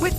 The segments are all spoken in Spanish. With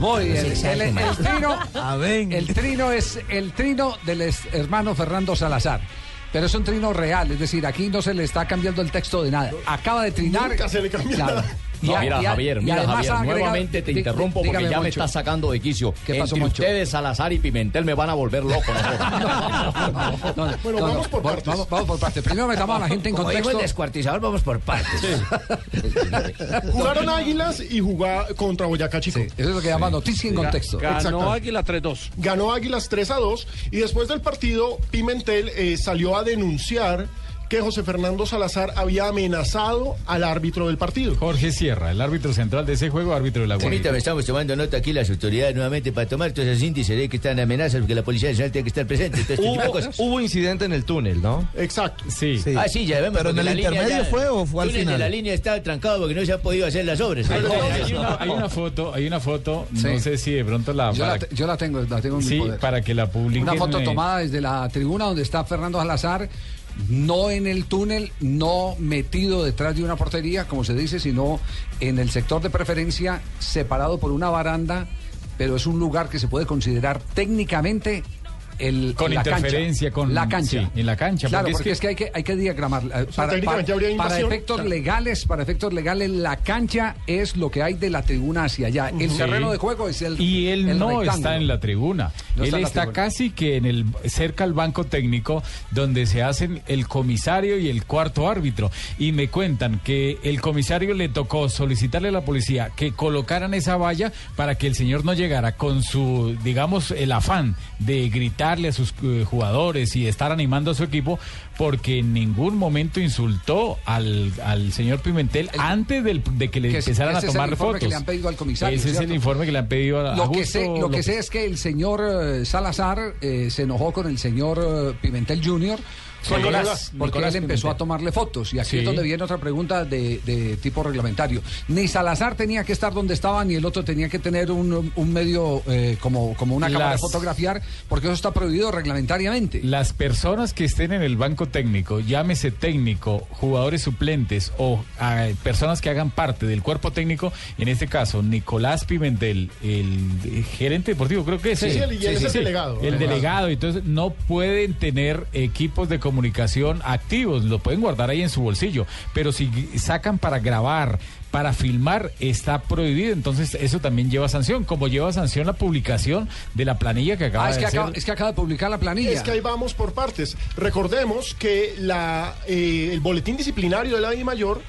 Muy bien. Sí, El, el exacto. trino, A ver. el trino es el trino del es- hermano Fernando Salazar. Pero es un trino real, es decir, aquí no se le está cambiando el texto de nada. Acaba de trinar. Nunca se le cambia nada. Y No, a- mira, y a- Javier, y mira, además Javier, ha agregado- nuevamente te di- di- interrumpo porque dígame, ya me Moncho. estás sacando de quicio. ¿Qué pasó, Entre Moncho? ustedes, Salazar y Pimentel, me van a volver loco. ¿no? No, no, Bueno, no, vamos no, por va- partes. Vamos, vamos por partes. Primero metamos a la gente en Como digo, contexto. el descuartizador, vamos por partes. Jugaron Águilas y jugó contra Boyacá Chico. Sí, Ah, eso es lo que llama noticia en contexto. Exacto. Ganó Águila 3-2. Ganó Águilas 3 a 2 y después del partido Pimentel eh, salió a denunciar que José Fernando Salazar había amenazado al árbitro del partido. Jorge Sierra, el árbitro central de ese juego, árbitro de la Guardia. Permítame, estamos tomando nota aquí las autoridades nuevamente para tomar todos esos índices de que están en amenazas porque la Policía Nacional tiene que estar presente. todo este tipo de cosas. incidente en el túnel, ¿no? Exacto. Sí. Ah, sí, ya vemos. Pero en porque el la línea intermedio ya- fue o fue al túnel de final? la línea está trancado porque no se han podido hacer las obras. Hay una, hay una foto, hay una foto, Sí. no sé si de pronto la... Yo, la, para- te- yo la tengo, la tengo en mi sí, poder. para que la publiquen. Una foto eh, tomada desde la tribuna donde está Fernando Salazar, no en el túnel, no metido detrás de una portería, como se dice, sino en el sector de preferencia, separado por una baranda, pero es un lugar que se puede considerar técnicamente el Con la cancha. interferencia, con- la cancha. sí, en la cancha, Claro, porque, porque es es que, hay que hay que diagramar. eh, técnicamente habría para invasión. efectos Claro. legales, para efectos legales, la cancha es lo que hay de la tribuna hacia allá. El terreno de juego es el Y él el no rectángulo. está en la tribuna. No él está en la está tribuna. casi que en el cerca al banco técnico donde se hacen el comisario y el cuarto árbitro. Y me cuentan que el comisario le tocó solicitarle a la policía que colocaran esa valla para que el señor no llegara con su, digamos, el afán de gritarle a sus eh, jugadores y estar animando a su equipo, porque en ningún momento insultó al, al señor Pimentel antes del- de que le que es- empezaran a ese es el tomar informe fotos. que le han pedido al comisario, Ese es ¿cierto? el informe que le han pedido a, Lo a que, Justo sé, lo que Ah, López. sé es que el señor eh, Salazar eh, se enojó con el señor eh, Pimentel Jr. Porque, Nicolás, porque Nicolás él empezó Pimentel. a tomarle fotos. Y aquí es Sí. donde viene otra pregunta de, de tipo reglamentario. Ni Salazar tenía que estar donde estaba, ni el otro tenía que tener un, un medio eh, como, como una cámara de Las- fotografiar, porque eso está prohibido reglamentariamente. Las personas que estén en el banco técnico, llámese técnico, jugadores suplentes o ah, personas que hagan parte del cuerpo técnico, en este caso Nicolás Pimentel, el eh, gerente deportivo, creo que es. Sí, él. sí, él- y él es el delegado. El delegado, entonces no pueden tener equipos de comunicación activos, lo pueden guardar ahí en su bolsillo, pero si sacan para grabar, para filmar, está prohibido, entonces eso también lleva sanción, como lleva sanción la publicación de la planilla que acaba Ah, es de que, hacer. acaba, es que acaba de publicar la planilla. Es que ahí vamos por partes. Recordemos que la, eh, el boletín disciplinario de la I Mayor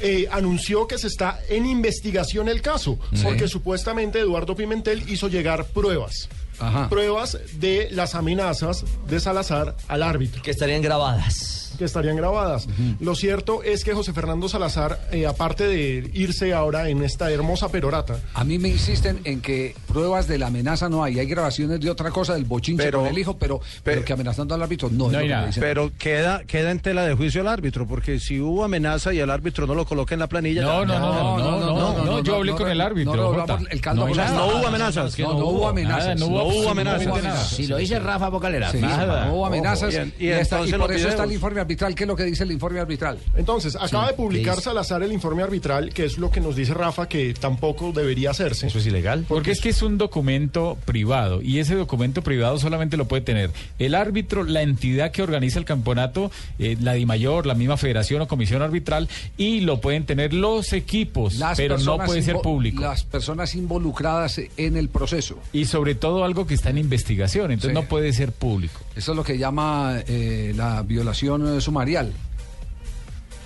eh, anunció que se está en investigación el caso, porque supuestamente Eduardo Pimentel hizo llegar pruebas. Ajá. Pruebas de las amenazas de Salazar al árbitro. Que estarían grabadas. que estarían grabadas. Lo cierto es que José Fernando Salazar, eh, aparte de irse ahora en esta hermosa perorata, A mí me insisten en que pruebas de la amenaza no hay. Hay grabaciones de otra cosa, del bochinche Pero- con el hijo, pero, pero que amenazando al árbitro no, es No lo hay que me nada. dicen. Pero queda, queda en tela de juicio el árbitro, porque si hubo amenaza y el árbitro no lo coloca en la planilla. No, ya- no, ya- no, no, no, no, yo hablé con el árbitro, No, Jota. revolvamos el caldo No hay con las nada. No papas. hubo amenazas. No, No, no no hubo amenazas. nada, no hubo absolutamente nada. Si lo dice Rafa Bocalera. Sí, nada. No hubo amenazas. Ojo, Y, y- y está- y entonces por los eso está el videos. informe arbitral. ¿Qué es lo que dice el informe arbitral? Entonces, acaba Sí, de publicar please. Salazar el informe arbitral, que es lo que nos dice Rafa que tampoco debería hacerse. Eso es ilegal. Porque es que es un documento privado y ese documento privado solamente lo puede tener el árbitro, la entidad que organiza el campeonato, eh, la DIMAYOR, la misma federación o comisión arbitral y lo pueden tener los equipos, Las pero no personas puede ser invo- público. Las personas involucradas en el proceso. Y sobre todo algo que está en investigación, entonces Sí. no puede ser público. Eso es lo que llama eh, la violación eh, sumarial.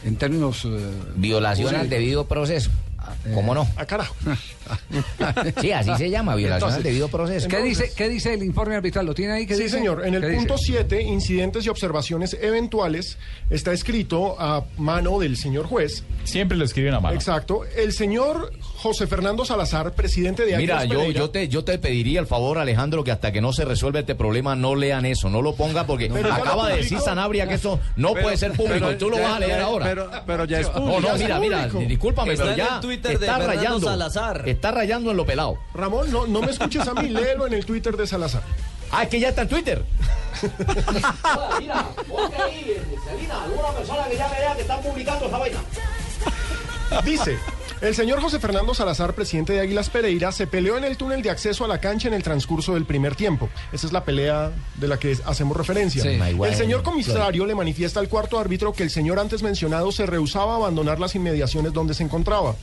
En términos. eh, Violación Sí. al debido proceso. Eh. ¿Cómo no? A Ah, carajo. Sí, así se llama, violación al debido proceso. ¿Qué dice, ¿Qué dice el informe arbitral? ¿Lo tiene ahí? ¿Qué Sí, dice? señor. En el ¿Qué dice? punto 7, incidentes y observaciones eventuales, está escrito a mano del señor juez. Siempre lo escriben a mano. Exacto. El señor José Fernando Salazar, presidente de Mira, Águilas yo, Pereira- yo, te, yo te pediría el favor, Alejandro, que hasta que no se resuelva este problema no lean eso, no lo ponga porque Pero ya lo acaba de decir publicó. Sanabria que eso no puede ser público y tú lo ya- vas a leer ya- ahora. Pero, pero ya es oh, no, público. no, mira, mira, público. discúlpame, Está pero en ya el Twitter de está Fernando rayando, Salazar. está rayando en lo pelado. Ramón, no, no me escuches a mí, léelo en el Twitter de Salazar. Ah, es que ya está en Twitter. Dice, el señor José Fernando Salazar, presidente de Águilas Pereira, se peleó en el túnel de acceso a la cancha en el transcurso del primer tiempo. Esa es la pelea de la que hacemos referencia. Sí. Ay, bueno, el señor comisario le manifiesta al cuarto árbitro que el señor antes mencionado se rehusaba a abandonar las inmediaciones donde se encontraba.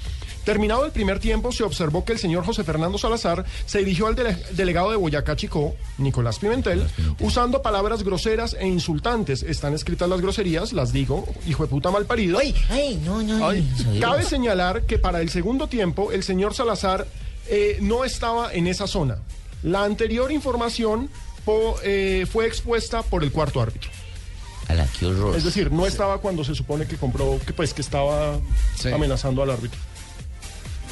Terminado el primer tiempo, se observó que el señor José Fernando Salazar se dirigió al dele- delegado de Boyacá Chicó, Nicolás Pimentel, usando palabras groseras e insultantes. Están escritas las groserías, las digo, hijo de puta malparido. Ay, ay, no, no, no. no. Cabe señalar que para el segundo tiempo el señor Salazar eh, no estaba en esa zona. La anterior información po- eh, fue expuesta por el cuarto árbitro. Ala, qué horror. Es decir, no estaba cuando se supone que comprobó que pues que estaba Sí. amenazando al árbitro.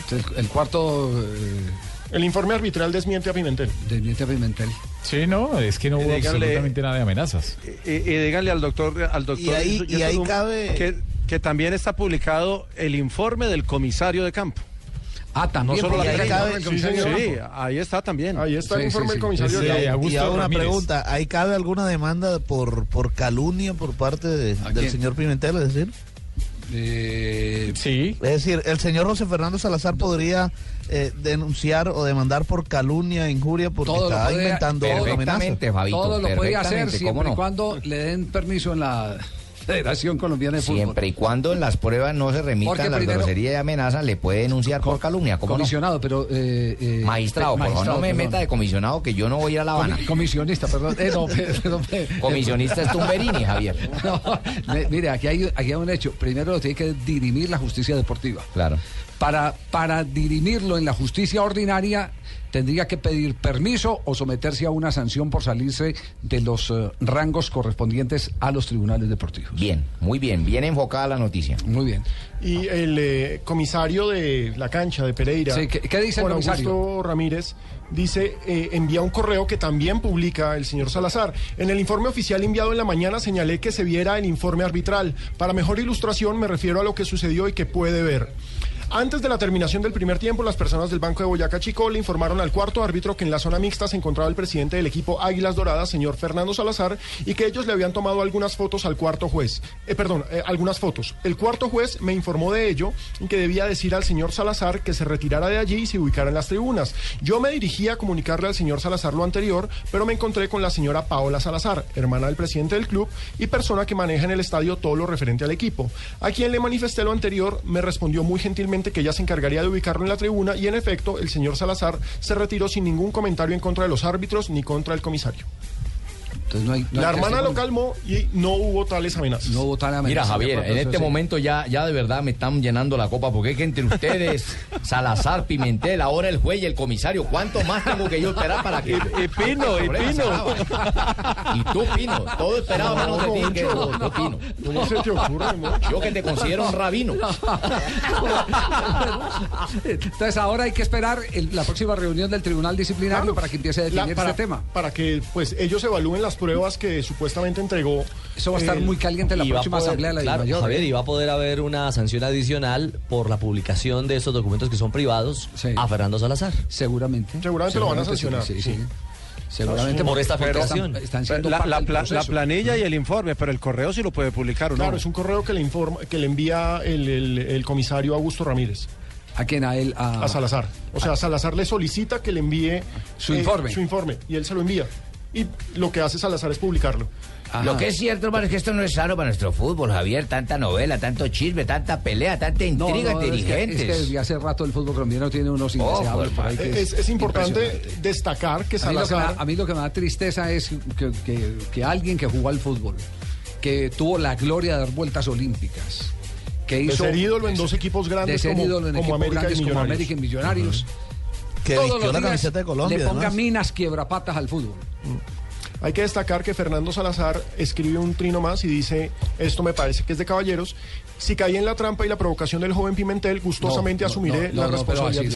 El, el cuarto eh, El informe arbitral desmiente a Pimentel. de Nieto Pimentel. Sí, no, es que no hubo Dígale- absolutamente nada de amenazas. Y, y díganle al doctor, al doctor Y ahí- y ahí Yotun cabe- que, que también está publicado el informe del comisario de campo. Ah, No también. solo la porque prensa. hay un sí, comisario señor. de Sí, campo. ahí está también. Ahí está el Sí, informe sí, del sí. comisario. Sí, Gallardo. Eh, Augusto y ahora una Ramírez. pregunta, ¿ahí cabe alguna demanda por, por calumnia por parte de- ¿A del quién? señor Pimentel? Es decir, Eh, Sí, es decir, el señor José Fernando Salazar podría eh, denunciar o demandar por calumnia, injuria, porque todo lo está podría- inventando todo- amenazas. Perfectamente, Fabito. Todo lo podía hacer perfectamente, ¿cómo siempre y no? cuando le den permiso en la Federación Colombiana de Fútbol. Siempre y cuando en las pruebas no se remitan Porque las primero- groserías y amenazas, le puede denunciar por calumnia. ¿cómo no? Comisionado, pero... eh, eh, Magistrado, pe- por favor, no me perdón. meta de comisionado que yo no voy a ir a La Habana. Comi- Comisionista, perdón. Eh, no, pe- perdón, pe- Comisionista es Tumberini, Javier. No, me- mire, aquí hay, aquí hay un hecho. Primero lo tiene que dirimir la justicia deportiva. Claro. Para, para dirimirlo en la justicia ordinaria, tendría que pedir permiso o someterse a una sanción por salirse de los eh, rangos correspondientes a los tribunales deportivos. Bien, muy bien, bien enfocada la noticia. Muy bien. Y el eh, comisario de la cancha de Pereira, Sí, ¿qué- qué dice el Juan comisario? Augusto Ramírez, dice, eh, envía un correo que también publica el señor Salazar. En el informe oficial enviado en la mañana señalé que se viera el informe arbitral. Para mejor ilustración me refiero a lo que sucedió y que puede ver. Antes de la terminación del primer tiempo, las personas del Banco de Boyacá Chicó le informaron al cuarto árbitro que en la zona mixta se encontraba el presidente del equipo Águilas Doradas, señor Fernando Salazar, y que ellos le habían tomado algunas fotos al cuarto juez. Eh, perdón, eh, algunas fotos. El cuarto juez me informó de ello y que debía decir al señor Salazar que se retirara de allí y se ubicara en las tribunas. Yo me dirigí a comunicarle al señor Salazar lo anterior, pero me encontré con la señora Paola Salazar, hermana del presidente del club y persona que maneja en el estadio todo lo referente al equipo. A quien le manifesté lo anterior, me respondió muy gentilmente que ella se encargaría de ubicarlo en la tribuna y en efecto el señor Salazar se retiró sin ningún comentario en contra de los árbitros ni contra el comisario. Entonces no hay, no hay La hermana testimonio. lo calmó y no hubo tales amenazas. No votar a Mira, Javier, pues, en este momento ya, ya de verdad me están llenando la copa, porque es que entre ustedes, Salazar, Pimentel, ahora el juez y el comisario, ¿cuánto más tengo que yo esperar para que... Y- Ah, y Pino, y Problema se Pino. acaba? Y tú, Pino, todo esperaba menos de ti, que yo, yo, Pino. ¿Cómo se te ocurre, no? Yo que te considero un rabino. Entonces ahora hay que esperar el- la próxima reunión del Tribunal Disciplinario Claro. para que empiece a La- definir para, este tema. Para que pues ellos evalúen las pruebas que supuestamente entregó. Eso va a estar el- muy caliente en la y va a próxima poder- asamblea de la claro, Dimayor. ¿eh? Javier, y va a poder haber una sanción adicional por la publicación de esos documentos que son privados Sí. a Fernando Salazar. Seguramente. Seguramente lo van a sancionar, Sí, sí. sí. Seguramente Por esta porque están- filtración. Están siendo La, parte la del pla- la proceso. planilla y el informe, pero el correo sí lo puede publicar, ¿o no? Claro, es un correo que le informa, que le envía el, el- el comisario Augusto Ramírez ¿A quién? A él. A, a Salazar. O sea, Salazar le solicita que le envíe Ah. eh, Su informe. Su informe. Y él se lo envía. Y lo que hace Salazar es publicarlo. Ajá. Lo que es cierto, hermano, es que esto no es sano para nuestro fútbol, Javier. Tanta novela, tanto chisme, tanta pelea, tanta No, intriga no, entre es que, es dirigentes. que desde hace rato el fútbol colombiano tiene unos pues, indeseables por ahí. que Es, es importante destacar que A mí, lo que me, da- Salazar. a mí lo que me da tristeza es que, que- que alguien que jugó al fútbol, que tuvo la gloria de dar vueltas olímpicas, que De hizo. ser ídolo Pues en dos equipos grandes de ser como- ídolo en como equipos América y grandes como Millonarios. América y Millonarios. Que Todos vistió los la días camiseta de Colombia, Le ponga además. minas quiebrapatas al fútbol. Hay que destacar que Fernando Salazar escribe un trino más y dice, esto me parece que es de caballeros, si caí en la trampa y la provocación del joven Pimentel, gustosamente No, no, asumiré no, la no, no, pero responsabilidad. así-